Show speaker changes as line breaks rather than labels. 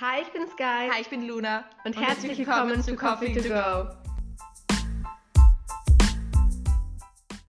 Hi, ich bin Sky.
Hi, ich bin Luna.
Und herzlich willkommen zu Coffee to Go.